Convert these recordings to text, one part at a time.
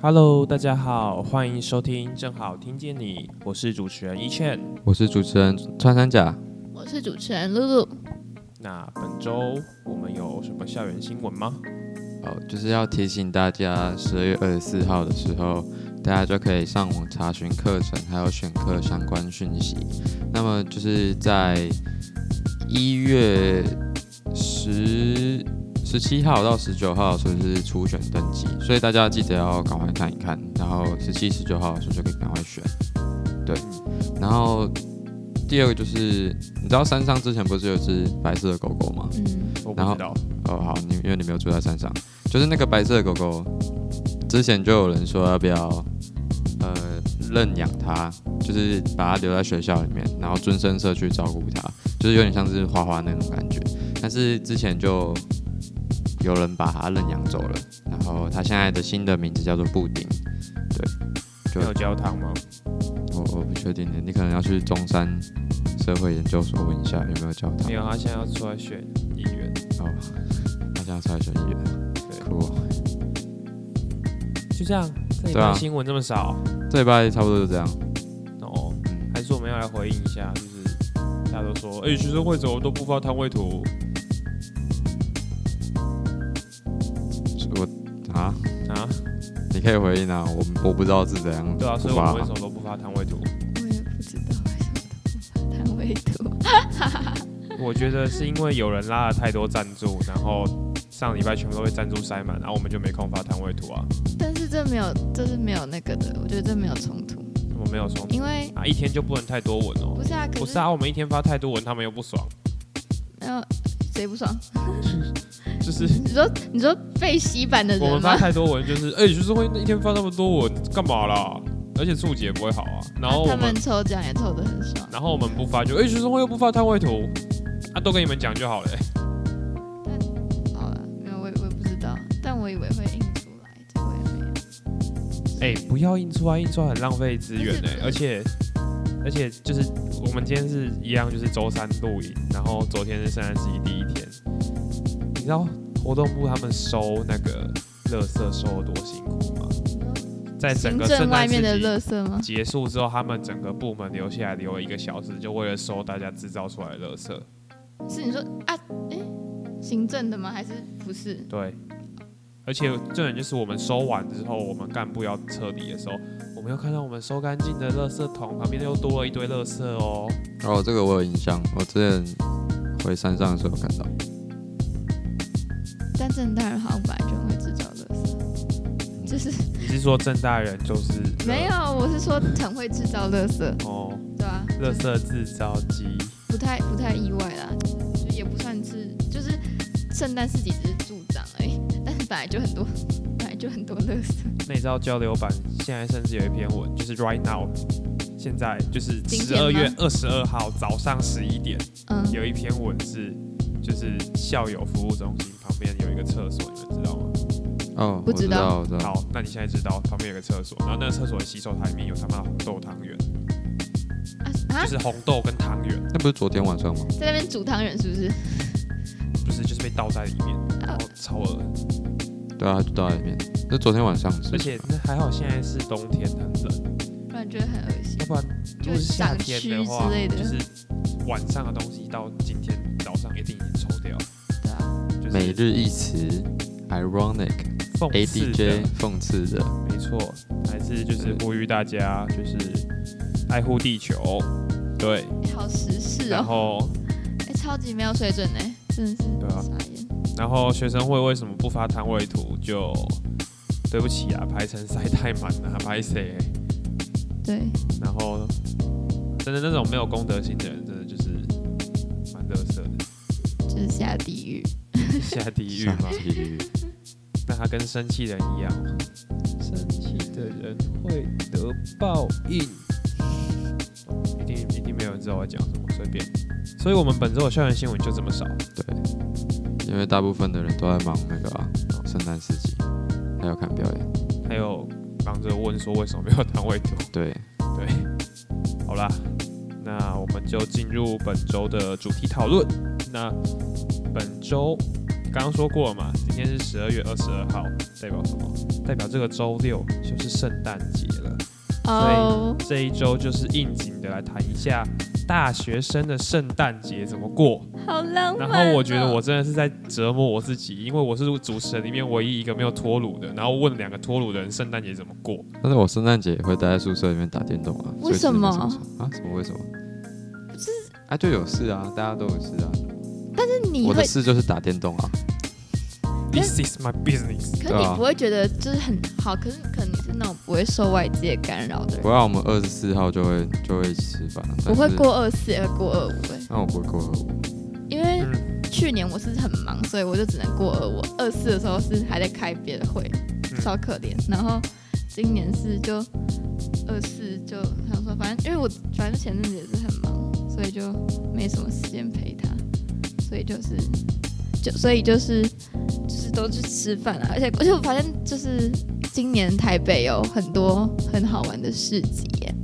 Hello，大家好，欢迎收听《正好听见你》，我是主持人一倩。我是主持人穿山甲，我是主持人露露，那本周我们有什么校园新闻吗？哦，就是要提醒大家，十二月二十四号的时候，大家就可以上网查询课程还有选课相关讯息。那么就是在一月十十七号到十九号，的时候是初选登记，所以大家记得要赶快看一看，然后十七、十九号的时候就可以赶快选。对，然后第二个就是，你知道山上之前不是有只白色的狗狗吗？嗯，我不然后知道，哦，好，你因为你没有住在山上，就是那个白色的狗狗，之前就有人说要不要呃认养它，就是把它留在学校里面，然后尊生社区照顾它，就是有点像是花花那种感觉。但是之前就有人把它认养走了，然后它现在的新的名字叫做布丁。就没有教堂吗？我我不确定的，你可能要去中山社会研究所问一下有没有教它没。有，他现在要出来选议员。哦，他现在才选一员，对酷哦、就这样，这礼对拜啊新闻这么少、这礼拜差不多就这样。哦，嗯还是我们要来回应一下，就是大家都说，哎、学生会怎么都不发摊位图我啊，啊？你可以回应啊，我我不知道是怎样。对啊，所以不我发们为什么都不发摊位图？我也不知道为什么不发摊位图，我觉得是因为有人拉了太多赞助，然后上礼拜全部都被赞助塞满，然后我们就没空发摊位图啊，但是这没有，这是没有那个的，我觉得这没有冲突，我没有冲突因为啊，一天就不能太多文哦不。是啊，可不是啊，我们一天发太多文，他们又不爽，没有谁不爽？就是你说你说被洗版的我们人发吗？太多文，就是哎、就是会一天发那么多文干嘛啦？而且触及也不会好啊。然后啊我他们们，抽奖也抽的很爽，然后我们不发就，哎、学生会又不发摊位图，啊，都跟你们讲就好了、好了，没有我也我也不知道，但我以为会印出来，结果也没有。哎、不要印出来，印出来很浪费资源哎、而不且而且就是我们今天是一样，就是周三录影，然后昨天是圣诞节第一天，你知道活动部他们收那个垃圾收得多辛苦吗？在整行个政圣外诞面的市集垃圾吗？结束之后，他们整个部门留下来留了一个小时，就为了收大家制造出来的垃圾。是你说啊？哎，行政的吗？还是不是？对，而且重点就是我们收完之后，我们干部要撤离的时候，我们又看到我们收干净的垃圾桶旁边又多了一堆垃圾哦。哦，这个我有印象，我之前回山上的时候有看到。但正大人好像本来就很会制造垃圾，就是你是说郑大人就是没有，我是说很会制造垃圾，哦？对啊，垃就是圾制造机不太不太意外啦，就也不算是，就是圣诞市集只是助长而已，但是本来就很多，本来就很多垃圾，那你知道交流版现在甚至有一篇文，就是 right now，现在就是今十天二吗月二十二号早上十一点。嗯，有一篇文是，就是校友服务中心旁边有一个厕所，你们知道吗？哦，我不知知道道，我知道。好，那你现在知道旁边有个厕所，然后那个厕所的洗手台里面有他妈的红豆汤圆，啊啊就，是红豆跟汤圆，那不是昨天晚上吗？在那边煮汤圆是不啊是？不是就是被倒在里面，嗯然后超恶心，对啊，他就到里面。那昨天晚上是而且那还好现在是冬天，很冷，不然觉得很恶心要。不然如果是夏天的话就长蛆之类，的就是晚上的东西到今天早上一定已经臭掉，对啊，就是每日一词，ironic，A 讽 D 刺 J，的，讽刺的。没错，还是就是呼吁大家就是爱护地球，对。哎好时事然哦，后，哎，超级没有水准哎，真的是对啊傻眼。然后学生会为什么不发摊位图？就对不起啊，排成塞太满了，啊拍谁？对，然后，真的那种没有公德心的人，真的就是蛮乐色的，就是下地狱。下地狱上嘛。地狱。那他跟生气人一样，生气的人会得报应。一定一定没有人知道我在讲什么，随便。所以我们本周的校园新闻就这么少。对，因为大部分的人都在忙那个啊，圣诞市集，还有看表演。还有忙着问说为什么没有摊位图。对，对，好啦，那我们就进入本周的主题讨论。那本周刚刚说过了嘛，今天是十二月二十二号，代表什么？代表这个周六就是圣诞节了。哦，这一周就是应景的来谈一下大学生的圣诞节怎么过。好浪漫然哦。后我觉得我真的是在折磨我自己，因为我是主持人里面唯一一个没有脱乳的，然后问两个脱乳的人圣诞节怎么过。但是我圣诞节也会待在宿舍里面打电动啊。为什么所以其实没什么差啊？什么为什么？啊，就有事啊，大家都有事啊。那你我的会，事就是打电动啊。 This is my business。可是对你啊不会觉得就是很好，可是可能你是那种不会受外界干扰的人不。然我们二十四号就会就会一起吃饭。啊我会但是，过二四，也会过二五、欸，那我不会过二五。因为嗯去年我是很忙，所以我就只能过二五。二四的时候是还在开别的会，嗯超可怜。然后今年是就二四就想说，反正因为我反正前阵子也是很忙，所以就没什么时间陪他，所以就是就所以就是就是都去吃饭啊，而且而且我发现就是今年台北有很多很好玩的市集耶，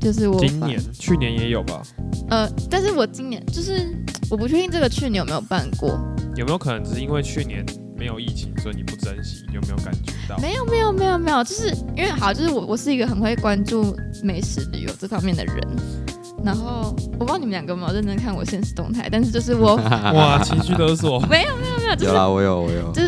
就是我今发年、去年也有吧？呃，但是我今年就是我不确定这个去年有没有办过，有没有可能只是因为去年没有疫情，所以你不珍惜？有没有感觉到？没有没有没有没有，就是因为好，就是我我是一个很会关注美食旅游这方面的人。然后我不知道你们两个有没有认真看我现实动态，但是就是我没哇，情绪勒索！有， 就是有啦，我有我 有就。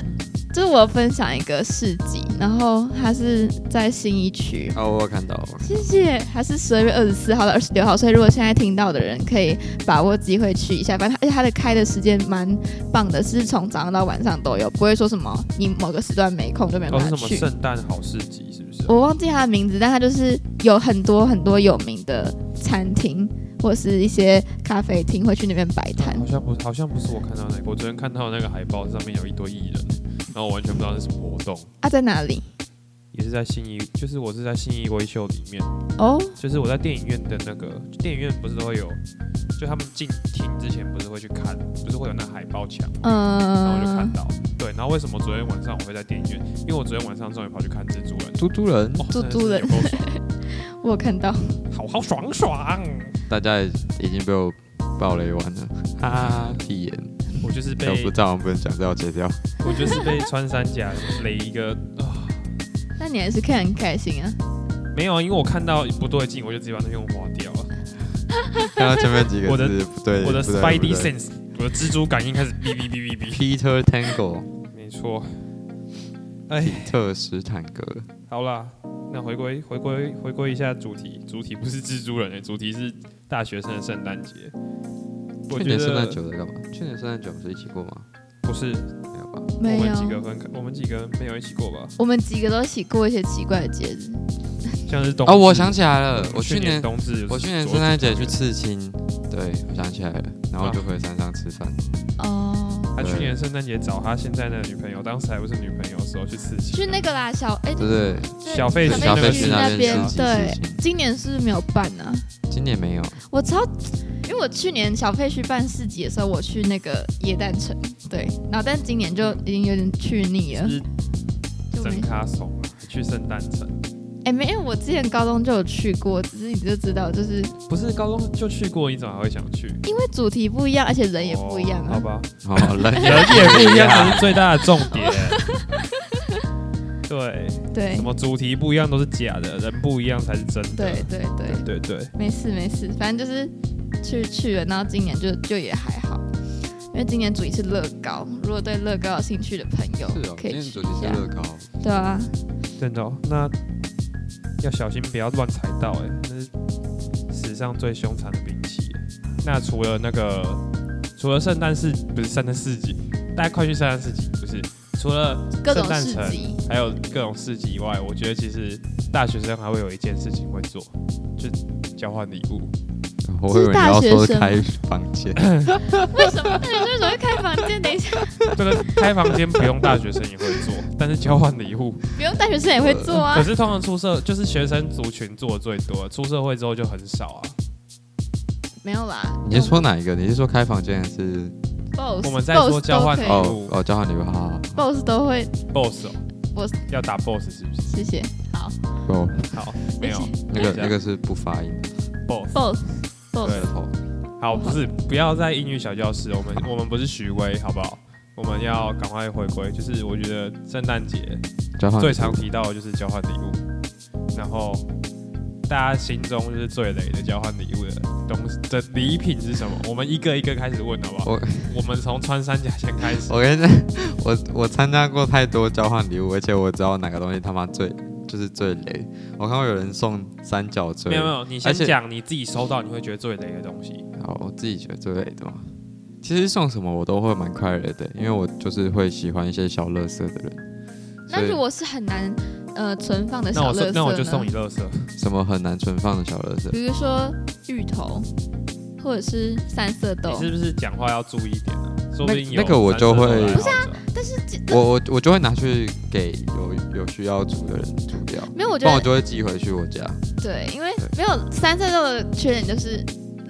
就是我分享一个市集，然后它是在信义区，哦，我有看到。我有看到谢谢，还是十二月二十四号到二十六号，所以如果现在听到的人可以把握机会去一下，反正它而且它的开的时间蛮棒的，是从早上到晚上都有，不会说什么你某个时段没空就没哦，办是法什么去。圣诞好市集？是不是？我忘记它的名字，但它就是有很多很多有名的餐厅或是一些咖啡厅会去那边摆摊好。像不，好像不是我看到那个。我昨天看到那个海报上面有一堆艺人，然后我完全不知道是什么活动。啊，在哪里？也是在信义，就是我是在信义微秀里面，哦，就是我在电影院的那个 电影院不是都会有，就他们进厅之前不是会去看，不是会有那海报墙，呃然后我就看嗯，到。对，然后为什么昨天晚上我会在电影院？因为我昨天晚上终于跑去看蜘蛛人。猪猪人，哦蜘蛛人真的是有够爽我有看到。好好爽爽大家已已经被我爆雷完了。啊！屁眼，我就是我被不知道我们不能讲，这要截掉。我就是被穿山甲雷一个啊！那你还是看得很开心啊？没有，因为我看到不对劲，我就直接把那篇划掉了。看到前面几个我的字不对，我的不对 Spidey 不对 sense，我的蜘蛛感应开始哔哔哔哔 Peter Tango 哔。没错。哎，特斯坦格，好啦，那回归回归回归一下主题，主题不是蜘蛛人、欸，主题是大学生的圣诞节。我去觉年圣诞得酒在干嘛？去年圣诞酒不是一起过吗？不是没有吧？我没们有，几个分开，我们几个没有一起过吧？我们几个都一起过一些奇怪的节日。像是冬哦，至我想起来了，我去去年冬至，我去年圣诞节去，刺青，对，我想起来了，然后就回山上吃饭。哦，他去年圣诞节找他现在的女朋友，当时还不是女朋友的时候去刺青，去那个啦，小哎，对不对？对小费对区小那费个区是那那边边是对是是今年是不是没有办啊？今年 没有，我超，因为我去年小废墟办市集的时候，我去那个椰蛋城，对，然后但今年就已经有点去腻了，是就没真卡怂啊，去圣诞城，哎、没，因为我之前高中就有去过，只是你就知道，就是因不是高中就去过，你怎么还会想去？为主题不一样，而且人也哦不一样好啊。吧，哦，人人也不一样才是最大的重 点。对，对什么主题不一样都是假的，人不一样才是真的。对对对，对对，没事没事，反正就是去去了，然后今年就就也还好，因为今年主题是乐高，如果对乐高有兴趣的朋友是哦，可今以年去主一题是下。乐高，对啊，真的、哦。那要小心不要乱踩到、欸，哎，那是史上最凶残的兵器、欸那除了那个，除了圣诞市不是圣诞市集，大家快去圣诞市集，不是除了各种圣诞市城集，还有各种市集以外，我觉得其实大学生还会有一件事情会做，就交换礼物。我以为是你大要学说生开房间， 为什么大学生怎么会开房间？等一下，这个开房间不用大学生也会做，但是交换礼物不用大学生也会做可啊。是通常出社就是学生族群做的最多，出社会之后就很少啊。没有啦，你是说哪一个？你是说开房间还是？ boss？我们在说交换都可以哦哦哦，交换礼物，好好好 boss 都会， boss 哦 Boss 要打 boss 是不是？谢谢。好哦，好，没有那个这样那个是不发音的 boss。 ，boss boss 对。好，不是不要在英语小教室，我们我们不是许巍，好不好？我们要赶快回归，就是我觉得圣诞节交换最常提到的就是交换礼物，然后大家心中就是最雷的交换礼物的东西的礼品是什么？我们一个一个开始问好不好？我我们从穿山甲先开始。我跟你讲，我 我参加过太多交换礼物，而且我知道哪个东西他妈最就是最雷。我看过有人送三角锥，没有没有，你先而且讲你自己收到你会觉得最雷的东西。好，我自己觉得最累的嘛。其实送什么我都会蛮快乐的，因为我就是会喜欢一些小乐色的人。所那以如果是很难呃存放的那小我乐色送呢？那我就送你乐色，什么很难存放的小乐色，比如说芋头，或者是三色你豆。是不是讲话要注意一点呢、说不那定有那个我就会啊三色豆的爱好者我我我就会拿去给有有需要煮的人煮掉，没有我不觉得然我就会寄回去我家。对，因为没有三色豆的缺点就是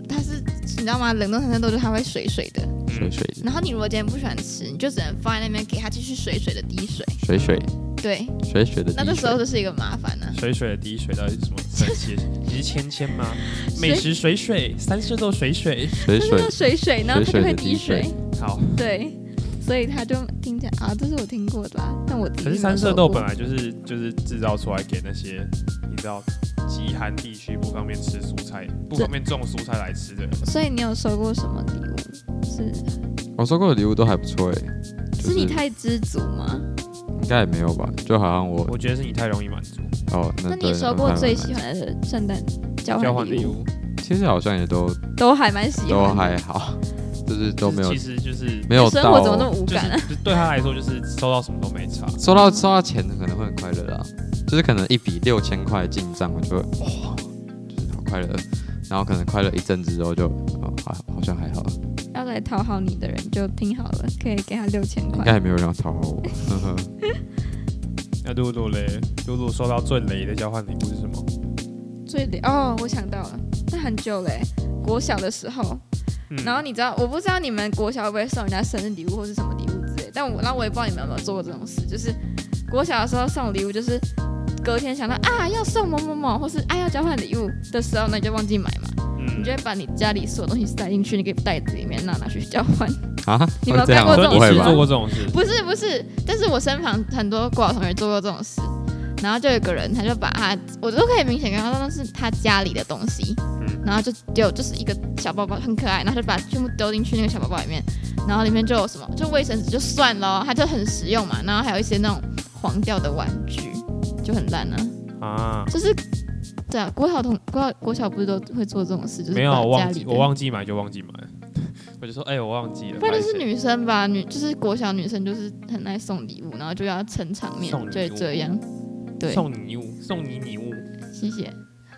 它是你知道吗？冷冻三色豆就它会水水的，水嗯水的然后你如果今天不喜欢吃，你就只能放在那边给它继续水水的滴水。水水对，水水的滴水。那这时候就是一个麻烦呢、啊嗯水水的滴水到底是什么神奇的？你是芊芊吗？美食水水，三色豆水水。水但是水那个 水水呢，它水水就的会滴滴水水，好， 对，所以它就听起来啊，这是我听过的吧？但我自可己是没有三色做豆过本来就是就是制造出来给那些你知道极寒地区不方便吃蔬菜、不这方便种蔬菜来吃的人。所以你有收过什么礼物？是我收过的礼物都还不错诶，就是你太知足吗？嗯应该也没有吧？就好像我我觉得是你太容易满足。哦，那那对你收过最喜？那还蛮欢的圣诞交交换换礼礼物，物其实好像也都都还蛮喜都欢的。还好，就是都没有其实就是没有生到活怎么那么无哦就是感啊？就是对他来说就是收到什么都没差。收到收到钱可能会很快乐啦，就是可能一笔六千块进账，我就会哇，就是好快乐。然后可能快乐一阵子之后就，哦，好好像还好， 要来讨好你的人就拼好了，可以给他六千应该块。也没有人要讨好我。 呵呵那露露嘞，露露收到最雷的交换礼物是什么？最雷哦，我想到了，那很久嘞，国小的时候。嗯然后你知道，我不知道你们国小会不会送人家生日礼物或是什么礼物之类，但我然后我也不知道你们有没有做过这种事，就是国小的时候送礼物，就是隔天想到啊要送某某某，或是啊要交换礼物的时候，那你就忘记买嘛，嗯你就会把你家里所有东西塞进去那个袋子里面，然后拿去交换。啊， 你们会有这样干过哦这所种以不你会事是做吗吧？过这种事？不是不是，但是我身旁很多国小同学做过这种事，然后就有一个人，他就把他，我都可以明显感觉到那是他家里的东西，嗯然后就丢，就是一个小包包，很可爱，然后就把它全部丢进去那个小包包里面，然后里面就有什么，就卫生纸就算了，它就很实用嘛，然后还有一些那种黄掉的玩具，就很烂啊，啊，就是。对啊，国小同国小国小不是都会做这种事，就是没有，把我家忘里记的我忘记买就忘记买， 我就说哎、我忘记了。不然就是拍谁女生吧，女就是国小女生就是很爱送礼物，然后就要撑场面送礼，物就会这样。对，送你礼物，送你礼物。谢谢。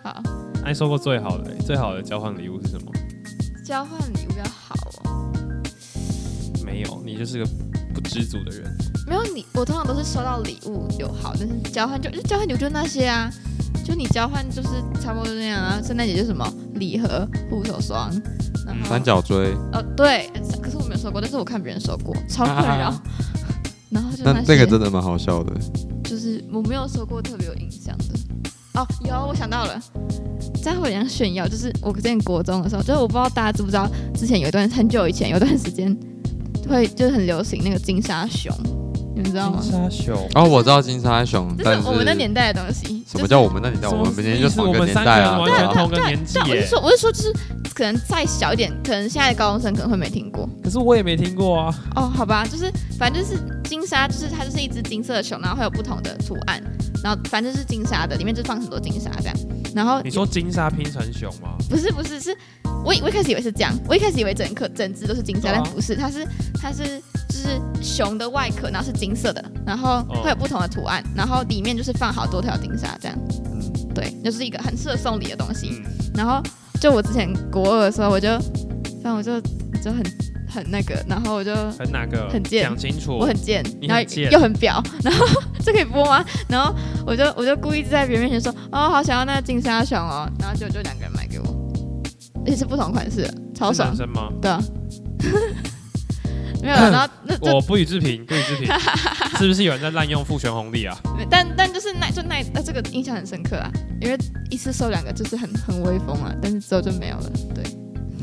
好，那你收过最好的、最好的交换礼物是什么？交换礼物要好哦。没有，你就是个不知足的人。没有你，我通常都是收到礼物有好，但是交换就交换礼物就那些啊，就你交换就是差不多就那样啊。圣诞节就什么礼盒、护手霜，然后三角锥，哦对，可是我没有收过，但是我看别人收过，超困扰。啊 然后就但些这个真的蛮好笑的。就是我没有收过特别有印象的。哦，有，我想到了，这样会有点像炫耀。就是我之前国中的时候，就是我不知道大家知不知道，之前有一段很久以前有一段时间会就是很流行那个金沙熊，你们知道吗金？沙熊。哦，我知道金沙熊，这但是是我们那年代的东西。什么叫我们那年代？什么我们明天就意思同一我个们年三代个啊，完对全啊同个年纪就是？对，我耶是。说，我是说，就是可能再小一点，可能现在的高中生可能会没听过。可是我也没听过啊。哦，好吧，就是反正就是金沙，就是它就是一只金色的熊，然后会有不同的图案，然后反正是金沙的，里面就放很多金沙这样。然后你说金沙拼成熊吗？不是不是，是我以我一开始以为是这样，我一开始以为整颗整只都是金色，对啊但不是，它是它是就是熊的外壳，然后是金色的，然后哦会有不同的图案，然后里面就是放好多条金沙这样，嗯对，就是一个很适合送礼的东西。嗯，然后就我之前国二的时候，我就反正我就就很很那个，然后我就很哪个？很贱讲清楚我。很贱，你然很后贱又很婊， 然后这可以播吗？然后我就我就故意在别人面前说，哦，好想要那个金沙熊哦，然后就就两个人买给我，而且是不同款式的，超是爽男，生吗？对啊， 没有，然后那 就我不予置评，不予 置评。是不是有人在滥用父权红利啊？但但就是那就那那这个印象很深刻啊，因为一次收两个就是很很威风啊，但是之后就没有了，对，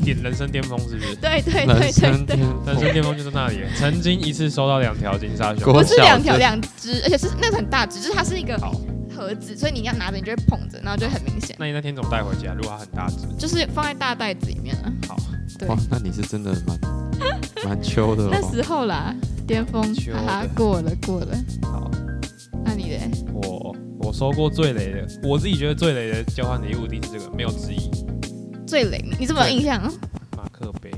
巅人生巅峰是不是？对对啊人对生对巅对，人生巅峰就是那里，曾经一次收到两条金沙熊国猫，不是小两条只两只，而且是那个很大只，就是它是一个好盒子，所以你要拿着你就会捧着，然后就会很明显，那你那天怎么带回家？如果它很大只，就是放在大袋子里面啊了。好，对哇，，那你是真的蛮蛮秋的那哦。时候啦，巅峰秋，的哈哈，过了过了。好，那你嘞？我我收过最雷的，我自己觉得最雷的交换礼物一定是这个，没有之一，最雷，你这么有印象？马克杯，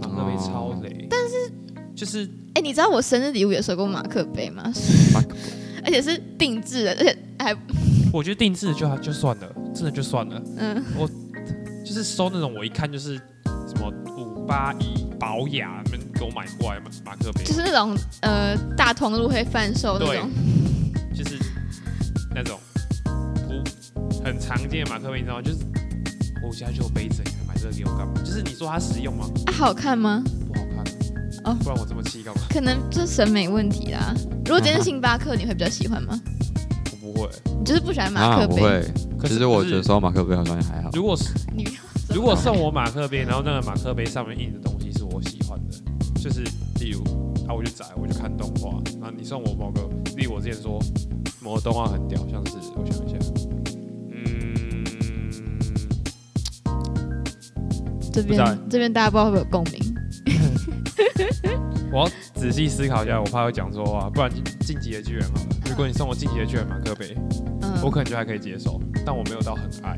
马克杯超雷，但是就是哎、你知道我生日礼物也收过马克杯吗？马克 而且是定制的，而且还我觉得定制就就算了，真的就算了，嗯，就是收那种我一看就是什么五八一保雅，你们给我买过来嘛，马克杯，就是那种呃大通路会贩售那对种，就是那种不很常见的马克杯，你知道吗？就是我家就有杯子，你还买这个给我干嘛？就是你说它实用吗？啊，好看吗？不好看。哦不然我这么气干嘛？可能这审美问题啦。如果今天是星巴克，你会比较喜欢吗？我不会。你就是不喜欢马啊，克我杯？会。可其是实我觉得说，收马克杯好像也还好。如果是你如果送我马克杯，然后那个马克杯上面印的东西是我喜欢的，就是例如啊，我就宅，我就看动画。然后你送我某个，例如我之前说某个动画很屌，像是我想一下，嗯，这不知道欸边这边大家不知道会不会有共鸣？我要仔细思考一下，我怕会讲错话，不然进进击的巨人好了。如果你送我进击的巨人马克杯，我嗯，可能就还可以接受，但我没有到很爱。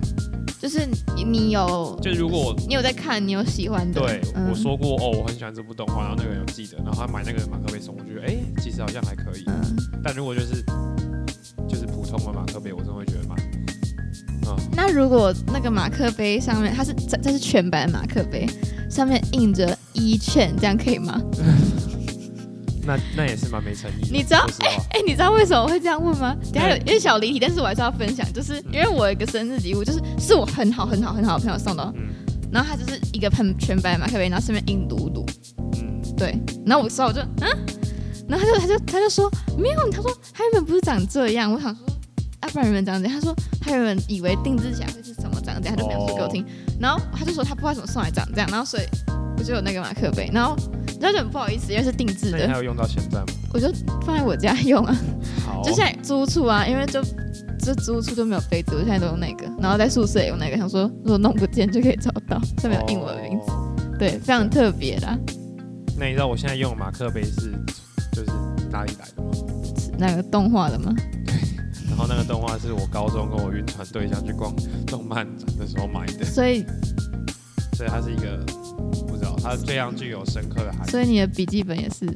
就是你你有就如果我你有在看，你有喜欢的。对，嗯我说过哦，我很喜欢这部动画，然后那个人有记得，然后他买那个马克杯送我，我觉得哎、其实好像还可以。嗯，但如果就是就是普通的马克杯，我真的会觉得蛮，嗯，那如果那个马克杯上面它是这这是全白马克杯，上面印着一券，这样可以吗？ 那那也是蛮没诚意的。你知道说实话，哎、你知道为什么会这样问吗？等一下有嗯因为小离题，但是我还是要分享，就是因为我有一个生日礼物，就是是我很好很好很好的朋友送的哦，嗯然后它就是一个很全白的马克杯，然后上面印嘟嘟，嗯，对，然后我收到我就嗯，然后他就他就他就说没有，他说他原本不是长这样，我想说啊，不然原本长这样，他说他原本以为定制起来会是什么长这样，他就描述给我哦听，然后他就说他不知道怎么送来长这样，然后所以我就有那个马克杯，然后然后就很不好意思，因为是定制那你还的，有用到现在吗？我就放在我家用啊，好， 就现在租屋处啊，因为就。就租屋处就没有杯子，我现在都用那个，然后在宿舍也用那个，想说如果弄不见就可以找到，上面有印我的名字，哦对，非常特别啦。那你知道我现在用的马克杯是就是哪里来的吗？是那个动画的吗？然后那个动画是我高中跟我晕船对象去逛动漫展的时候买的，所以所以它是一个不知道，它非常具有深刻的含义。所以你的笔记本也是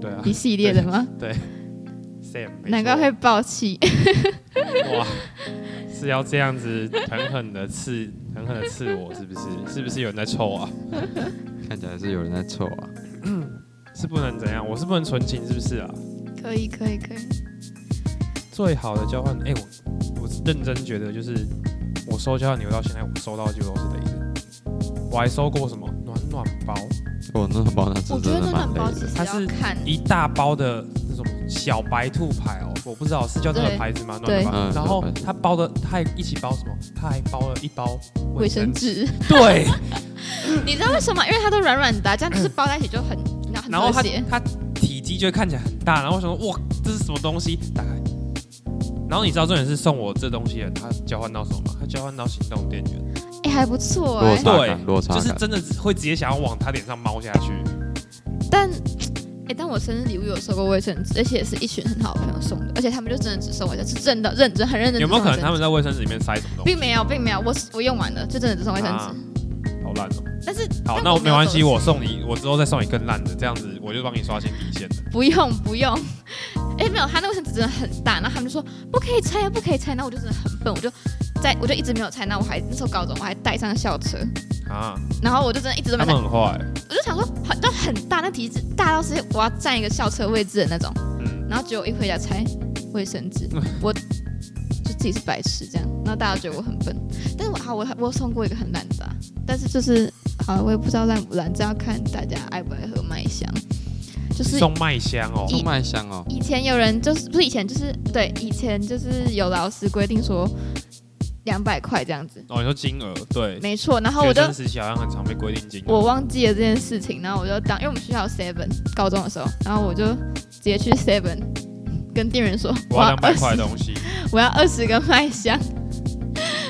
对啊一系列的 吗？ ，Sam，没错难怪会爆气。哇，是要这样子狠狠的刺，狠狠的刺我，是不是？是不是有人在抽啊？看起来是有人在凑啊。是不能怎样？我是不能纯情，是不是啊？ 可以可以可以，最好的交换，哎、我我是认真觉得，就是我收交换礼物到现在，我收到的几乎都是雷的。我还收过什么暖暖包，哦，那很包那真我觉得的那蛮暖累包其的。实它是要看，一大包的那种小白兔牌哦，我不知道是叫这个对牌子吗？暖对暖包。嗯然后小白兔它包的，它还一起包什么？它还包了一包卫生。纸， 对，你知道为什么吗？因为它都软软的啊、这样就是包在一起就很，然后很然后和它谐。它体积就会看起来很大，然后我想说哇，这是什么东西？打开，然后你知道重点是送我这东西的，他交换到什么吗？他交换到行动电源，哎、还不错哎、落差对感，落差就是感。真的会直接想要往他脸上猫下去。但哎、但我生日礼物有收过卫生纸，而且是一群很好的朋友送的，而且他们就真的只送我一张，是真的认真很认真。有没有可能只送他我们在卫生纸里面塞什么一张东西？并没有，并没有，我我用完了，就真的只送卫生纸。啊好烂哦、但是好，但那我我没没有关系，走我送你，我之后再送你更烂的，这样子我就帮你刷新底线的。不用不用。哎、没有，他那个卫生纸真的很大，然后他们就说不可以拆，啊不可以拆，然后我就真的很笨，我就在我就一直没有拆，然后我还那时候高中我还带上校车，啊，然后我就真的一直都他没们带，很坏、我就想说很就很大，那体积大到是我要占一个校车位置的那种，嗯，然后结果一回家拆卫生纸，我就自己是白痴这样，然后大家觉得我很笨，但是我好我我送过一个很烂的、啊，但是就是好我也不知道烂不烂，这要看大家爱不爱喝麦香，就是送麦香哦、一送麦香哦，以前有人就是不是以前就是对以前就是有老师规定说，两百块这样子，哦，你说金额对，没错。然后我就学生时期好像很常被规定金额，我忘记了这件事情，然后我就当因为我们学校有 Seven 高中的时候，然后我就直接去 Seven 跟店员说我要两百二十，块的东西，我要二十个 麦香，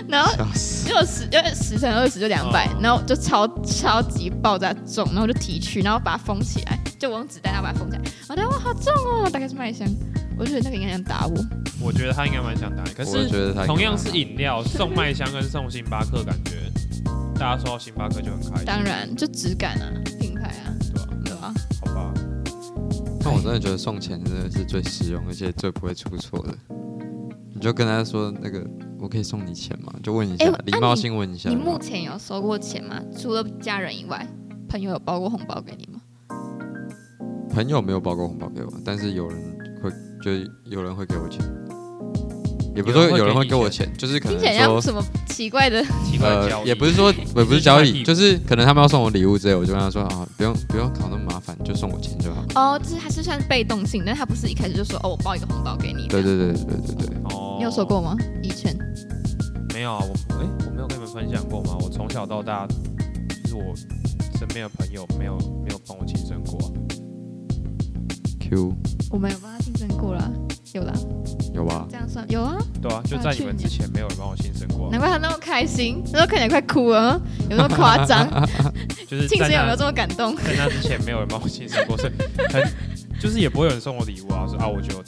然后笑死！就十就十乘二十就两百、哦0然后就超超级爆炸重，然后我就提取，然后把它封起来，就我用纸袋然后把它封起来，我觉得哇好重哦，大概是麦香，我就觉得那个应该想打我，我觉得他应该蛮想打你，可我是觉得他应该同样是饮料，送麦香跟送星巴克，感觉大家说到星巴克就很开心，当然就质感啊，品牌啊，对吧？对吧、好吧，但我真的觉得送钱真的是最实用，而且最不会出错的。你就跟他说那个，我可以送你钱吗？就问一下哎我，礼、啊貌你性问一下你有没有。目前有收过钱吗？除了家人以外，朋友有包过红包给你吗？嗯朋友没有包过红包给我，但是有人会，就是有人会给我钱，也不是说有有人人会会给给我我钱，就是可听能起来像说，什么奇怪的？奇怪的交呃，易也不是说，也不是就是交卖易，地就是可能他们要送我礼物之类，我就跟他说啊，不用不用搞那么麻烦，就送我钱就好。 哦，就是它是算被动性，但它不是一开始就说哦，我包一个红包给你。对对对对对对对，哦，你有收过吗？以前没有啊？我哎、我没有跟你们分享过吗？我从小到大，就是我身边的朋友没有没有帮我庆生过啊、 Q 我们有帮他庆生过啦，有啦，有吧？这样算有啊，对啊，就在你们之前没有人帮我庆生过啊、难怪他那么开心，那时候看起来快哭了，哦有那么夸张？ 就是庆在生有没那有这么感 动？在那之前没有人帮我庆生过，所以 很就是也不会有人送我礼物啊，说啊我就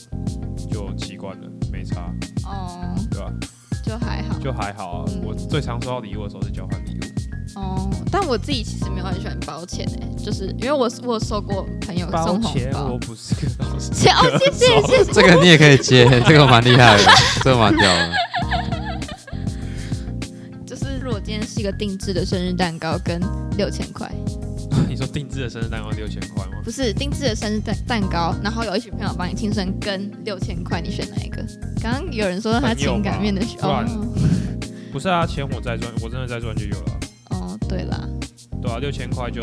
就习惯了，没差，哦，对吧、就还好就还好啊。嗯我最常收到礼物的时候是交换礼物，哦，但我自己其实没有很喜欢包钱诶、就是因为我我有收过朋友包送红钱包我，不是个老 师，钱哦，谢谢谢谢。这个你也可以接，这个蛮厉害的，这个蛮屌的。就是如果今天是一个定制的生日蛋糕，跟六千块，你说定制的生日蛋糕六千块吗？不是定制的生日蛋蛋糕，然后有一群朋友帮你庆生，跟六千块，你选哪一个？刚刚有人说他情感面的需朋友吧哦不是啊，钱我再赚，我真的再赚就有了啊、哦，对啦，对啊，六千块就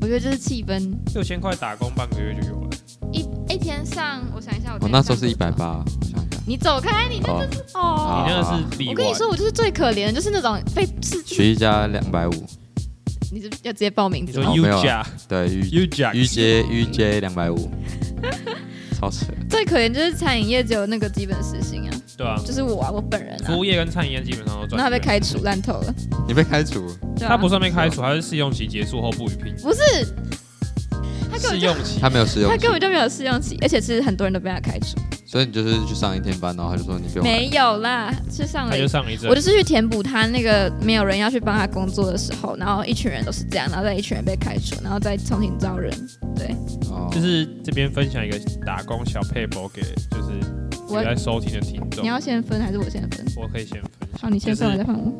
我觉得这是气氛。六千块打工半个月就有了。一一天上，我想一下，我哦我今天那时候是一百上多少。八，我想一下，你走开，你哦，哦。你那个是例外。我跟你说，，我就是最可怜的，就是那种被是，徐一家两百五，你是不是要直接报名你字说吗？哦 U 没有啊甲对，于 U 啊甲于杰于杰两百五，超扯。最可怜就是餐饮业只有那个基本时薪啊，对啊，就是我啊，我本人啊服，务业跟餐饮业基本上都赚。那他被开除，烂透了。你被开除，对啊他不算被开除，他是试用期结束后不予聘。不是，他根试本就用期他没有试用他期根，本就没有试用期，而且其实很多人都被他开除。所以你就是去上一天班，然后他就说你不用来。没有啦，是上啊他了一就。上了一阵哎我，就是去填补他那个没有人要去帮他工作的时候，然后一群人都是这样，然后再一群人被开除，然后再重新招人。哦就是这边分享一个打工小配博给就是有我在收听的听众你，要先分还是我先分？我可以先分享。好，你先分，我就再是换我。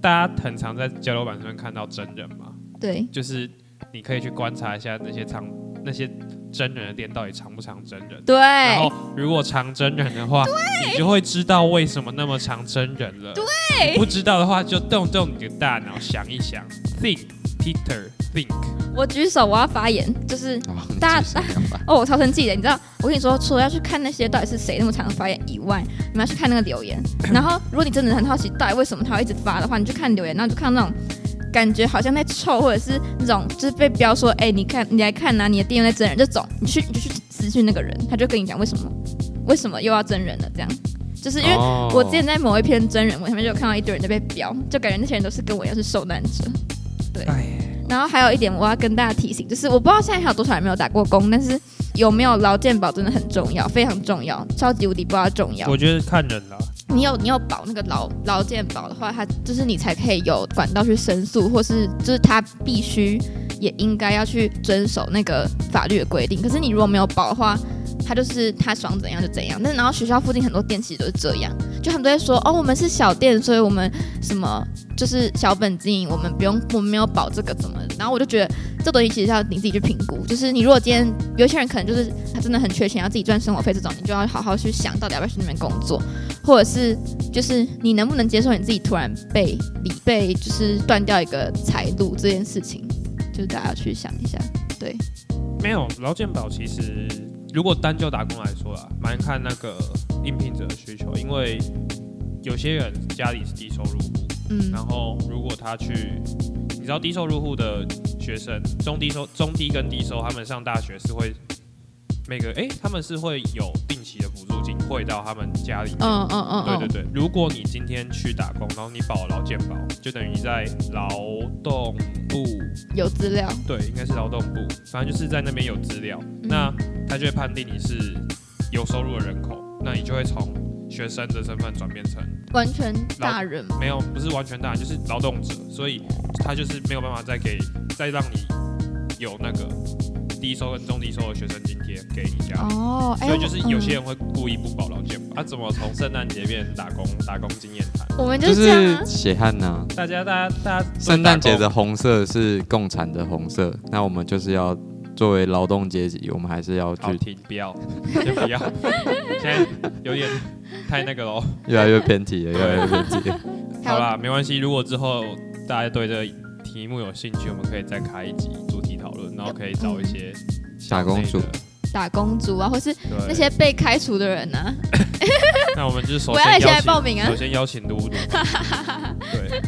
大家很常在交流板上面看到真人嘛，对，就是你可以去观察一下那些常那些真人的店到底常不常真人。对，然后如果常真人的话，你就会知道为什么那么常真人了。对，不知道的话就动动你的大脑想一想，think Peter think。我举手，我要发言，就是哦大你自己上两百哦，我超生气的，你知道？我跟你说，除了要去看那些到底是谁那么长的发言以外，你们要去看那个留言。然后，如果你真的很好奇到底为什么他会一直发的话，你去看留言，然后你就看到那种感觉好像在臭，或者是那种就是被标说，哎、你看你来看呐、你的店员在真人这种，你去你就去私讯那个人，他就跟你讲为什么为什么又要真人了这样，就是因为。哦我之前在某一篇真人文上面就有看到一堆人在被标，就感觉那些人都是跟我一样是受难者。对哎，然后还有一点我要跟大家提醒，就是我不知道现在还有多少人没有打过工，但是有没有劳健保真的很重要，非常重要，超级无敌不要重要我。觉得看人啦，你有你有保那个劳劳健保的话，它就是你才可以有管道去申诉，或是就是他必须也应该要去遵守那个法律的规定。可是你如果没有保的话，他就是他爽怎样就怎样。但然后学校附近很多店其实都是这样，就他们都会说哦，我们是小店，所以我们什么就是小本经营，我们不用我们没有保这个怎么的。然后我就觉得这东西其实要你自己去评估，就是你如果今天有些人可能就是他真的很缺钱，要自己赚生活费这种，你就要好好去想到底要不要去那边工作。或者是就是你能不能接受你自己突然被离被就是断掉一个财路这件事情，就是大家要去想一下。对，没有劳健保其实啊如果单就打工来说啦，蛮看那个应聘者的需求，因为有些人家里是低收入户，嗯然后如果他去，你知道低收入户的学生，中低收、中低跟低收，他们上大学是会每个哎、他们是会有定期的补助金汇到他们家里面。嗯嗯嗯对对对，嗯，如果你今天去打工，然后你保劳健保，就等于在劳动部，有资料，对，应该是劳动部，反正就是在那边有资料，嗯那他就会判定你是有收入的人口，那你就会从学生的身份转变成完全大人没有，不是完全大，就是劳动者，所以他就是没有办法再给再让你有那个低收跟中低收的学生津贴给你家里。哦，哎，所以就是有些嗯人会故意不保劳健保，他、怎么从圣诞节变成打工打工经验谈？我们就就是这样是啊，血汗呐、大家大家大家都是圣诞节打的红色是共产的红色，那我们就是要作为劳动阶级，我们还是要工好去停，不要，先不要， 现在有点太那个喽。越来越偏题 了，越来越偏题了。还有好啦，没关系，如果之后大家对这个题目有兴趣，我们可以再开一集主题讨论，然后可以找一些校嗯打工内族的打工族啊，或是对那些被开除的人啊，那我们就是首我要先现邀在请，报名啊首先邀请嘟 嘟。对，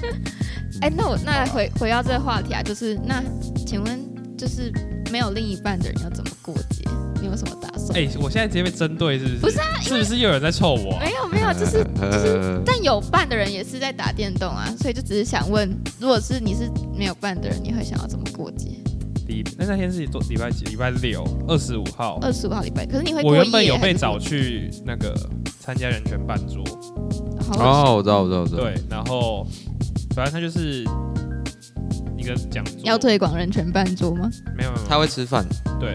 哎，那我那回回到这个话题啊，就是那请问就是没有另一半的人要怎么过节？你有什么打算？哎、我现在直接被针对是不是？不是啊，是不是又有人在臭我、啊？没有没有，就是就是呃，但有伴的人也是在打电动啊，所以就只是想问，如果是你是没有伴的人，你会想要怎么过节？礼那那天是多礼拜几？礼拜六，二十五号。二十五号礼拜，可是你会过我夜原本有还被是找去那个参加人权办桌，好哦，我知道，我知道，我知道。对，然后反正他就是一个讲座，要推广人权办桌吗？没有没有，他会吃饭，对，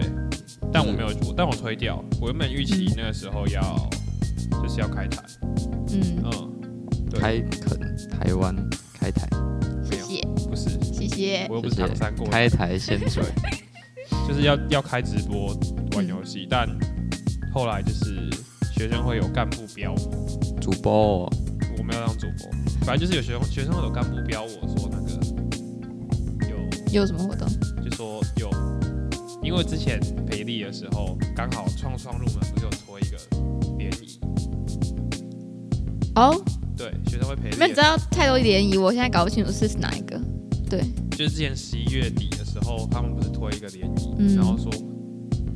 但我没有，但我推掉。我原本预期那个时候要就是要开台，嗯，嗯，对开垦台湾，开台，没谢有谢不是，谢谢我，又不谢是谢唐山过来的开台先嘴。就是要要开直播玩游戏，但后来就是学生会有干部标我，主播、哦，我没有当主播，反正就是有学生学生会有干部标我说那个有有什么活动？就说有，因为之前培力的时候刚好创创入门不是有推一个联谊，哦，对，学生会培那你力知的，道太多联谊，我现在搞不清楚是哪一个。对，就是之前十一月底的时候，他们不是推一个联谊，嗯然后说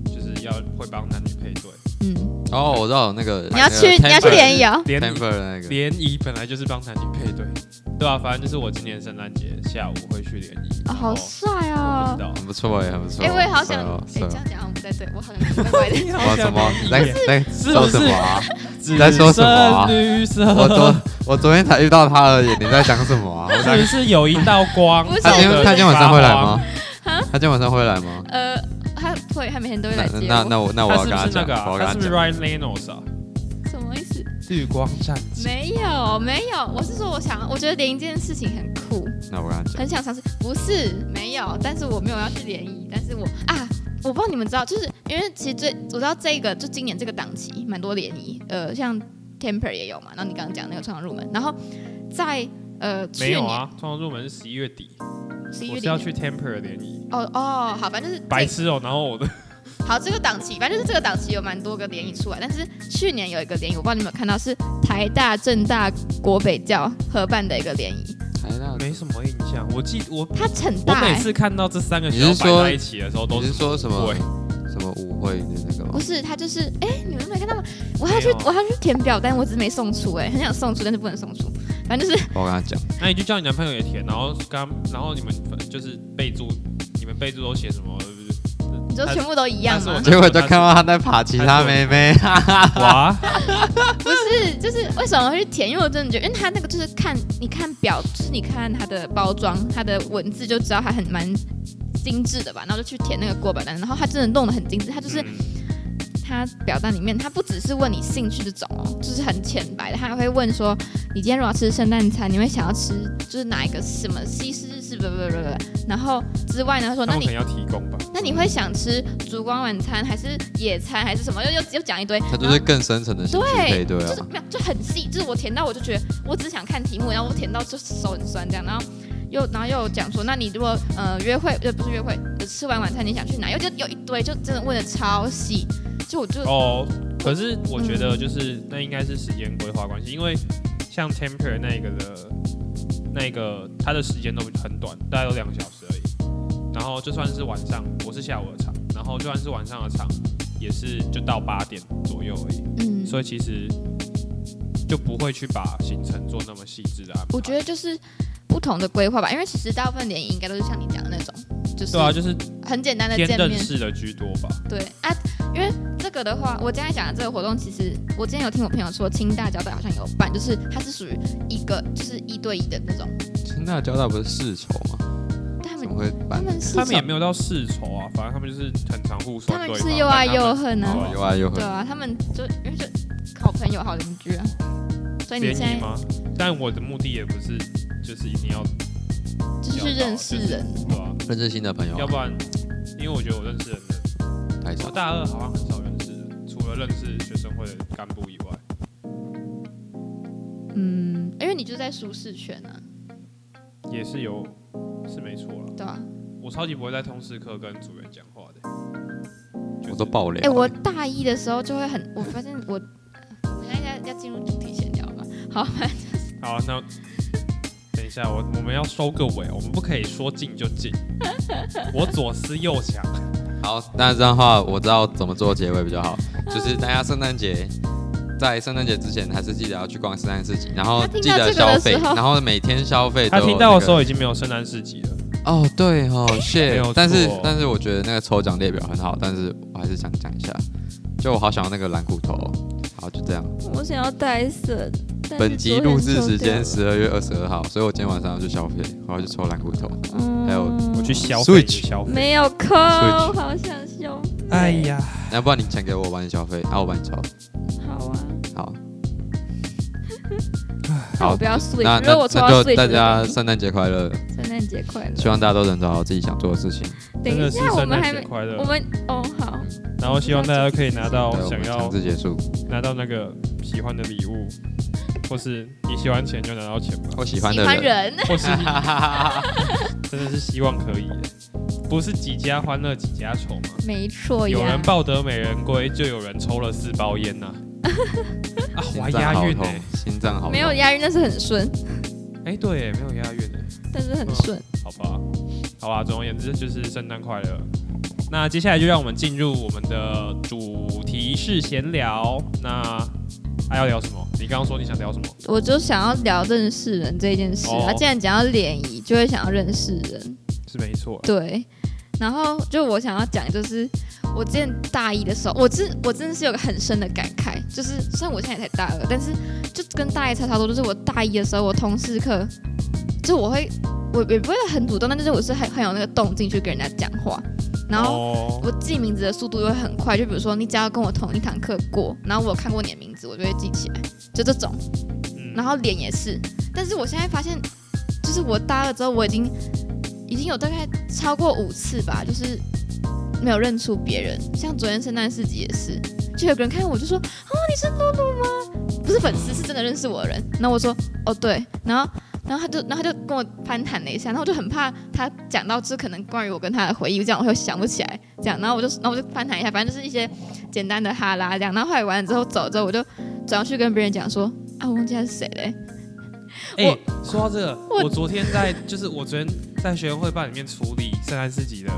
就是要会帮男女配对，嗯，哦，我知道那个你要去你要去联谊哦，联谊 Temper 的那个，联谊本来就是帮男女配对，对啊，反正就是我今年圣诞节下午会去联谊。哦，好爽帅哦不知！道。很不错哎，很不错。哎，我也好想，哎，是这哦样讲好像不太对，我好像怪怪的。 是哦什么 什么？那那是说不什么啊？是你在说什么啊只剩绿色， 我昨我昨天才遇到他而已，你在讲什么 啊？我是不在是有一道光不？是他今天他今天晚上会来吗？啊他今天晚上会来吗？呃，他会，他每天都会那来接那我，那我那他我要是跟不是那讲个，我啊？要他是跟不是讲。 Ryan Reynolds 啊？什么意思？绿光战警。没有，没有，我是说，我想，我觉得联谊这件事情很酷，那我跟他讲，很想尝试。不是没有，但是我没有要去联谊，但是我啊，我不知道你们知道，就是因为其实最我知道这个，就今年这个档期蛮多联谊，呃，像 Temper 也有嘛，然后你刚刚讲那个创造入门，然后在呃去没有年啊，创作入门是十一月底，十一我月是底要那去 Temper 联谊，哦哦，好，反正就是白这痴哦。然后我的好这个档期，反正就是这个档期有蛮多个联谊出来，但是去年有一个联谊，我不知道你们有没有看到，是台大、政大、国北教合办的一个联谊，台大没什么印象，我记我它很我大、欸每。次看到这三个学你是校说摆在一起的时候，都你是说什么对什么舞会的那个吗 不？是，他就是哎、你们没看到吗？我还要去没有啊，我还要去填表单，我只是没送出哎、很 想送出，但是不能送出。反正就是我跟他讲，那你就叫你男朋友也填，然后刚，然后你们就是备注，你们备注都写什么？是不是你说全部都一样但是我吗？结果就看到他在爬其他妹妹，啊哇，不是，就是为什么会去填？因为我真的觉得，因为他那个就是看，你看表，就是你看它的包装，它的文字就知道它很蛮精致的吧。然后就去填那个过表单，然后他真的弄得很精致，他就是嗯他表单里面，他不只是问你兴趣这种哦，就是很浅白的，他还会问说，你今天如果要吃圣诞餐，你会想要吃就是哪一个什么西式、日式，不不不不不，然后之外呢，他说那哦我可那能你要提供吧。那你会想吃烛光晚餐还是野餐还是什么？又又又讲一堆，他就然后是更深层的兴趣配对，对就是啊。没有就很细，就是我填到我就觉得我只想看题目，然后我填到就手很酸这样，然后又然后又讲说，那你如果呃约会呃不是约会，呃吃完晚餐你想去哪？又就有一堆就真的问的超细，哦就我就、哦，可是我觉得就是那应该是时间规划关系，因为像 Temper 那一个的，那个它的时间都很短，大概有两个小时而已。然后就算是晚上，我是下午的场，然后就算是晚上的场，也是就到八点左右而已。嗯，所以其实就不会去把行程做那么细致的安排。我觉得就是不同的规划吧，因为其实大部分联谊应该都是像你讲的那种，就是对啊，就是很简单的偏见认面，识的居多吧。对啊，因为这个的话，我刚才讲的这个活动，其实我之前有听我朋友说，清大交大好像有办，就是它是属于一个就是一对一的那种，清大交大不是世仇吗？但他怎们么会他办？们是他们也没有到世仇啊，反正他们就是很常互他酸们对就方。是又爱但他又们恨啊，哦有啊有对很啊，他们就因为就好朋友好邻居啊，所以你联现谊在吗？但我的目的也不是，就是一定要就是去认识人，对吧、认识新的朋友要啊，不然，因为我觉得我认识人的，太我少。大二好像很少认识人，除了认识学生会的干部以外，嗯，因为你就在舒适圈啊，也是有是没错了。对啊，我超级不会在通识课跟组员讲话的，就是我都爆哎、料。我大一的时候就会很，我发现我我现在要要进入主题闲聊了吧，好，反正好，那等一下，我我们要收个尾，我们不可以说进就 进。我左思右想，好，那这样的话，我知道怎么做结尾比较好，就是大家圣诞节。在圣诞节之前，还是记得要去逛圣诞市集，然后他听记到得这个的消费，时候然后每天消费都他有那个。听到的时候已经没有圣诞市集了。哦，对 哦，谢有。但是错但是我觉得那个抽奖列表很好，但是我还是想讲一下，就我好想要那个蓝骨头哦。好，就这样。我想要戴森。但是本集昨天录制抽时掉间了十二月二十二号，所以我今天晚上要去消费，我要去抽蓝骨头。嗯还有我去消费 Switch 消费，没有空， Switch 好想消费。哎，呀，要不然你钱给我，我帮你消费，啊，我帮你抽。好啊，好，那我好不要 switch，那如那果我抽到那就 switch，大家我就圣诞节快乐，圣诞节快乐。希望大家都能找到自己想做的事情。等真一的是下，我圣们诞还节没，快我乐。们哦好，然后希望大家可以拿到对，我想们要强制结束。拿到那个喜欢的礼物，或是你喜欢钱就拿到钱吧，我喜欢喜的欢人，人，或 是真的是希望可以耶，不是几家欢乐几家愁吗？没错呀。有人抱得美人归，就有人抽了四包烟 呐、啊。我还心脏押好韵欸呢、痛，心脏好痛。没有押韵，但是很顺，哎、对耶，没有押韵呢、但是很顺。好吧，好吧，总而言之就是圣诞快乐。那接下来就让我们进入我们的主题式闲聊。那还、要聊什么？你刚刚说你想聊什么？我就想要聊认识人这件事啊。哦既然讲到联谊，就会想要认识人。是没错，对，然后就我想要讲，就是我之前大一的时候，我真我真的是有个很深的感慨，就是虽然我现在也才大二，但是就跟大一差差不多，就是我大一的时候，我通识课，就我会我也不会很主动，但就是我是很很有那个动静去跟人家讲话，然后。哦、我记名字的速度又会很快，就比如说你只要跟我同一堂课过，然后我有看过你的名字，我就会记起来，就这种。嗯然后脸也是，但是我现在发现，就是我搭了之后，我已经已经有大概超过五次吧，就是没有认出别人。像昨天圣诞市集也是，就有个人看我就说：“哦，你是露露吗？”不是粉丝，是真的认识我的人。然后我说：“哦，对。”然后。然后他就，然后他就跟我攀谈了一下，然后我就很怕他讲到就是可能关于我跟他的回忆，这样我会想不起来，这样，然后我就，然后我就攀谈一下，反正就是一些简单的哈拉这样。然后后来完了之后走了之后，我就转过去跟别人讲说，啊，我忘记他是谁嘞、哎、说到这个，我我昨天在就是我昨天在学生会办里面处理圣诞市集的，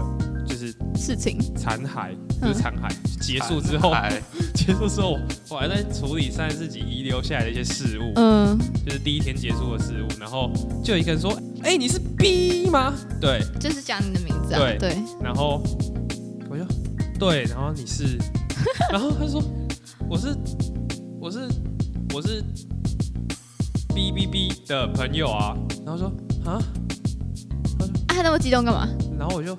就是事情，残骸，嗯不是残骸，结束之后，哎 结束之后，我还在处理三十四集遗留下来的一些事物，嗯，就是第一天结束的事物，然后就有一个人说：“哎、你是 B 吗？”对，就是讲你的名字啊，对对，然后我就对，然后你 是，然后他说：“我是，我是，我是 B B B 的朋友啊。”然后说：“啊。”啊，他那么激动干嘛？然后我就，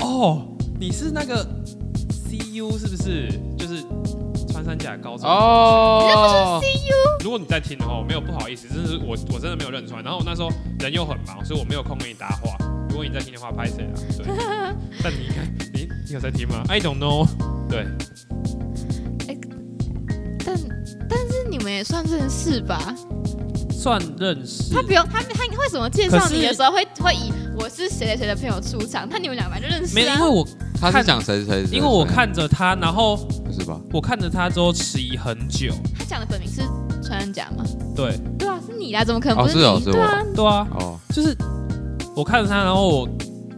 哦，你是那个 CU 是不是？就是穿山甲高中。哦，如果你在听的话，我没有不好意思，真的是我我真的没有认出来。然后我那时候人又很忙，所以我没有空跟你搭话。如果你在听的话，拍谁啊？ 对，但你应该你你有在听吗？I don't know。对，但但是你们也算认识吧？嗯算认识他不用，他他为什么介可绍是你的时候会会以我是谁谁谁的朋友出场？那你们俩本来就认识没有，因为啊，我他是看讲谁谁谁？因为我看着他，然后不是吧？我看着他之后迟疑很久，他讲的本名是穿山甲吗？对对啊，是你啊，怎么可能哦不你？是哦是对啊，对啊，哦，就是我看着他，然后我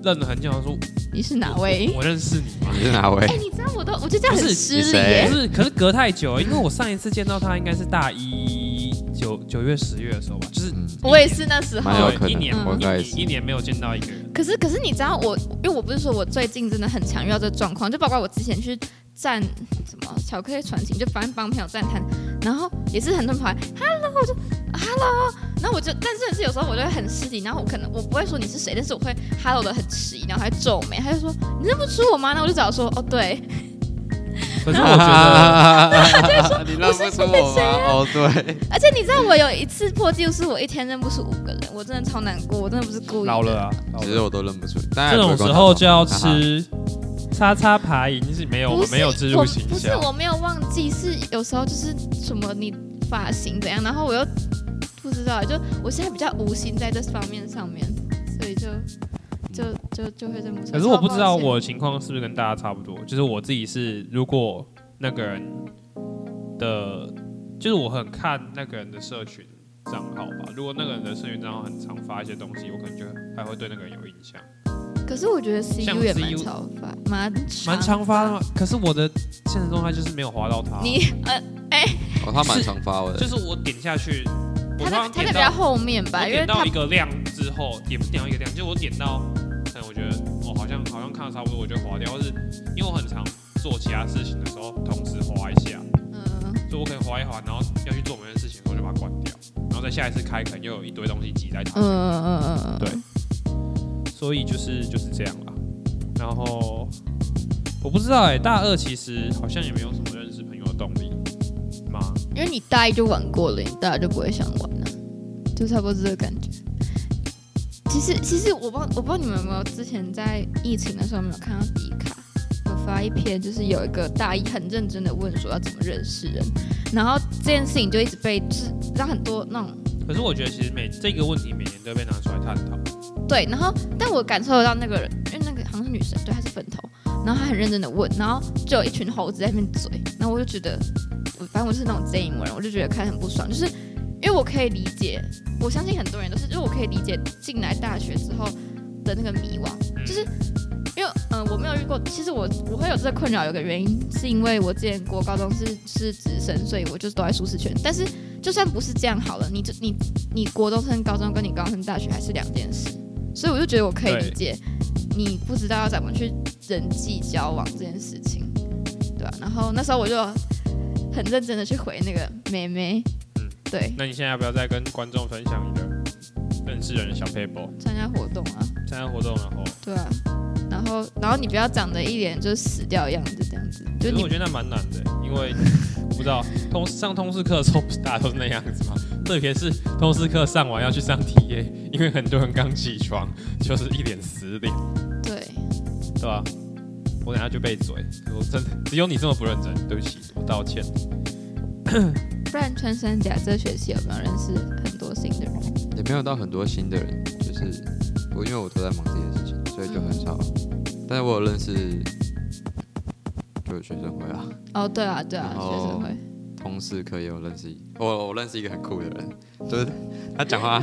愣了很久，我说你是哪位？我认识你吗？你是哪位 哎、？你知道我都，我觉得这样不很是失你礼谁不耶。是，可是隔太久了，因为我上一次见到他应该是大一九九月十月的时候吧，就是嗯，我也是那时候蛮，有可能一年嗯我大概一是一年没有见到一个人，可是可是你知道我，因为我不是说我最近真的很常遇到这个状况，就包括我之前去站什么巧克力传情，就反正帮朋友站摊，然后也是很多人跑来 hello，我就 hello，然后我就，但是是有时候我就会很失礼，然后我可能我不会说你是谁，但是我会 hello 的很迟疑，然后还皱眉，他就说你认不出我吗？那我就只好说哦对，可是我觉得 你认不出我吗？哦，对，而且你知道我有一次破纪录是我一天认不出五个人，我真的超难过，我真的不是故意的老了啊，老其了实我都认不出。大家这也不种会时跟我候就要讲话哈哈吃叉叉牌，已经是没有我不们是没有植入形我不是象。我没有忘记，是有时候就是什么你发型怎样，然后我又不知道，就我现在比较无心在这方面上面，所以就就就就会认不出可来。是我不知道超抱歉我的情况是不是跟大家差不多，就是我自己是，如果那个人的，就是我很看那个人的社群账号吧。如果那个人的社群账号很常发一些东西，我可能就还会对那个人有印象。可是我觉得 CU 也蛮 CU 常发，蛮蛮常发的嘛，可是我的现实中他就是没有滑到他，你呃，哦，他蛮常发我的就，是我点下去，我通他在常他点在比到较后面我吧，因为点到他一个量之后，点不点到一个量，就是我点到，可能我觉得我、哦好像好像看的差不多，我就划掉，或是因为我很常做其他事情的时候同时划一下，嗯，所以我可能划一划，然后要去做某件事情的时候就把它关掉，然后再下一次开，可能又有一堆东西挤在它，嗯嗯嗯嗯，对所以就是就是这样啦。然后我不知道哎、大二其实好像也没有什么认识朋友的动力吗？因为你大一就玩过了，你大二就不会想玩了、就差不多是这个感觉。其实其实我不知道我不知道你们有没有之前在疫情的时候没有看到迪卡有发一篇，就是有一个大一很认真的问说要怎么认识人，然后这件事情就一直被就是让很多那种可是我觉得其实每这个问题每年都被拿出来探讨，对，然后但我感受得到那个人，因为那个好像是女生，对，她是粉头，然后她很认真的问，然后就有一群猴子在那边嘴，然后我就觉得，我反正我是那种 Z 英文人，我就觉得看得很不爽，就是因为我可以理解，我相信很多人都是，就是我可以理解进来大学之后的那个迷惘，嗯就是因为嗯、呃我没有遇过，其实我我会有这个困扰，有个原因是因为我之前国高中是是直升，所以我就是都在舒适圈，但是就算不是这样好了，你就你你国中升高中跟你高中升大学还是两件事，所以我就觉得我可以对理解你不知道要怎么去人际交往这件事情，对吧、然后那时候我就很认真的去回那个妹妹，嗯对，那你现在要不要再跟观众分享你的认识人的小 paper？参加活动啊，参加活动然后，对啊，然后然后你不要长得一脸就是死掉的样子，这样子，其就实你我觉得那蛮难的，因为我不知道通上通识课的时候不是大家都是那样子吗？特别是通识课上完要去上 TA，因为很多人刚起床就是一脸死脸，对。对吧、我等下就被嘴，我真的只有你这么不认真，对不起，我道歉。不然穿山甲这学期有没有认识很多新的人？也没有到很多新的人，就是我因为我都在忙自己的事情，所以就很少。但是我有认识，就是学生会啊，哦，对啊，对啊，然后学生会。同事可以有认识一，我我认识一个很酷的人，就是他讲话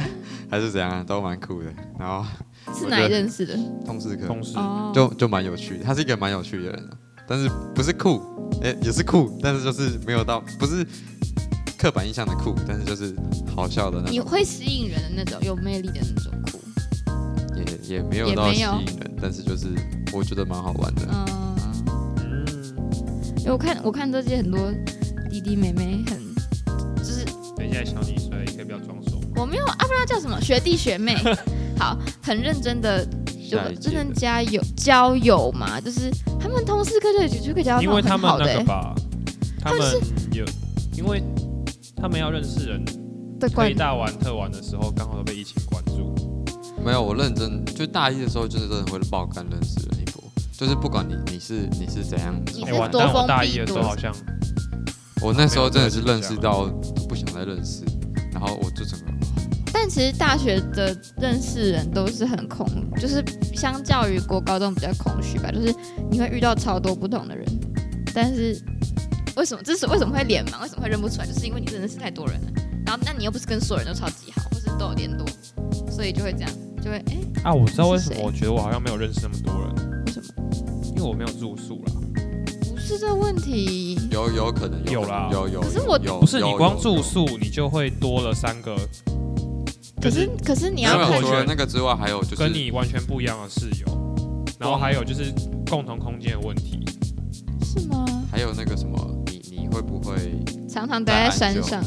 还是怎样啊，都蛮酷的。然后是哪里认识的？同事可同时，哦，就就蛮有趣的，他是一个蛮有趣的人、啊，但是不是酷，哎、也是酷，但是就是没有到不是刻板印象的酷，但是就是好笑的那你种，会吸引人的那种，有魅力的那种酷。也也没有也到没吸有引人，但是就是我觉得蛮好玩的。啊嗯，嗯，因为我看我看这些很多弟弟妹妹很，就是等一下小你一岁，可以不要装熟。我没有啊，不知道叫什么学弟学妹，好，很认真的，就下一届真的的交友交友嘛，就是他们同事课就就就可以交到因那为种他很们好的、那个欸、吧，他他们们有，因为他们要认识人，对可关以大玩特玩的时候，刚好都被疫情关注。没有，我认真就大一的时候，就是真的会爆肝认识人一波，就是不管你你是你是怎样，你哎、是完多蛋！封我大闭一的时候多好像我那时候真的是认识到都不想再认识，然后我就整个但其实大学的认识人都是很空，就是相较于国高中比较空虚吧，就是你会遇到超多不同的人，但是为什么这是为什么会脸盲？为什么会认不出来？就是因为你真的是太多人了。然后那你又不是跟所有人都超级好，或是都有联络，所以就会这样，就会哎、啊，我知道为什是么，谁我觉得我好像没有认识那么多人，为什么？因为我没有住宿啦。不是这个问题。有有可能有可啦能有有。可是我有不是有你光有住有宿，你就会多了三个，可是可是没你要有没有看我除觉了得那个之外，还有就是跟你完全不一样的室友，然后还有就是共同空间的问题。是吗？还有那个什么，你你会不会常常待在山上，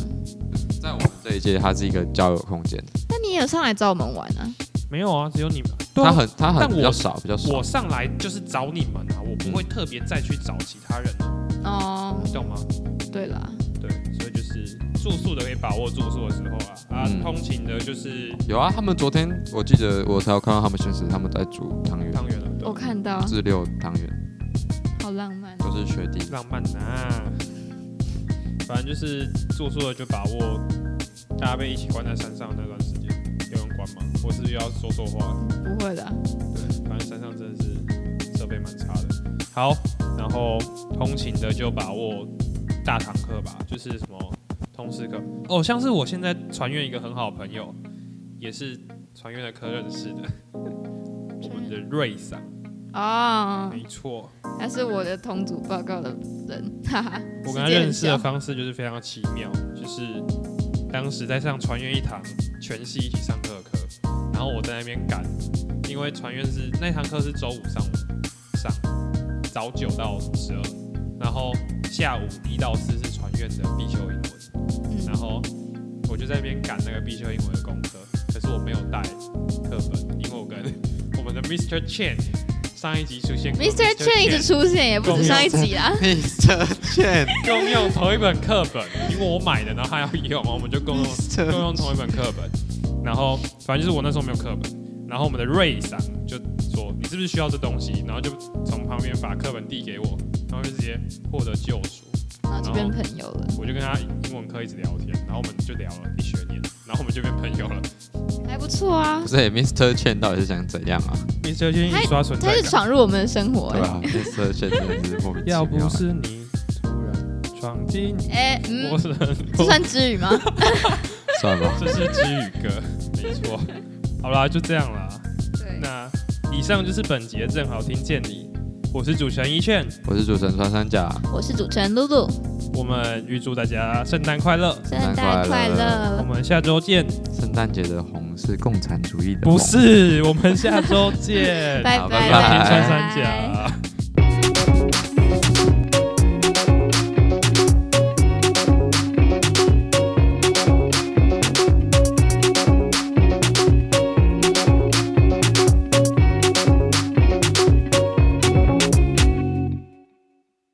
在我们这一届，它是一个交友空间，但你也有上来找我们玩啊。没有啊，只有你们。对它啊，很它很但我比较少比较少我。上来就是找你们啊，我不会特别再去找其他人，哦，你懂吗？对啦，对，所以就是住宿的可以把握住宿的时候啊，啊，嗯通勤的就是有啊，他们昨天我记得我才有看到他们现实，他们在煮汤圆，汤圆了，对我看到，自六汤圆好浪漫。都是 学弟。 浪漫啊。反正就是住宿的就把握，大家被一起关在山上的那段时间，有人管吗？或是又要说说话？不会的啊，对，反正山上真的是设备蛮差的。好，然后通勤的就把握大堂课吧，就是什么通识课。哦，像是我现在船院一个很好的朋友，也是船院的科认识的， 我们的瑞桑，哦，没错。他是我的同组报告的人，哈哈。我跟他世界很认识的小方式就是非常奇妙，就是当时在上船院一堂全系一起上课的课，然后我在那边赶，因为船院是那堂课是周五上午上，早九到十二，然后下午一到四是船院的必修英文，然嗯，后我就在那边赶那个必修英文的功课，可是我没有带课本，因为我跟我们的 Mr. Chen 上一集出现过 Mr. Chen 一直出现，也不止上一集啦。你这欠共用同一本课本，因为我买的，然后他要用，我们就共 用这共用同一本课本。然后反正就是我那时候没有课本，然后我们的瑞桑就说你是不是需要这东西，然后就从旁边把课本递给我，然后就直接获得救赎。然后就变朋友了，我就跟他英文课一直聊天，然后我们就聊了一学年，然后我们就变朋友了。还不错啊不。是、欸、，Mr. Chen 到底是想怎样啊？你最近他刷存他哎是闯入我们的生活、对 欸，啊，Mr. Chen 真的是莫名其妙、要不是你突然闯进哎、我嗯，的这算知语吗？算了吧，这是知语歌，没错。好啦，就这样啦。对，那以上就是本节正好听见你，我是主持人一劝，我是主持人穿山甲， 我是主持人露露，我们预祝大家圣诞快乐，圣诞快我乐，们下周见，圣诞节的红是共产主义的不红是，我们下周见， 拜好我拜拜是拜穿山甲。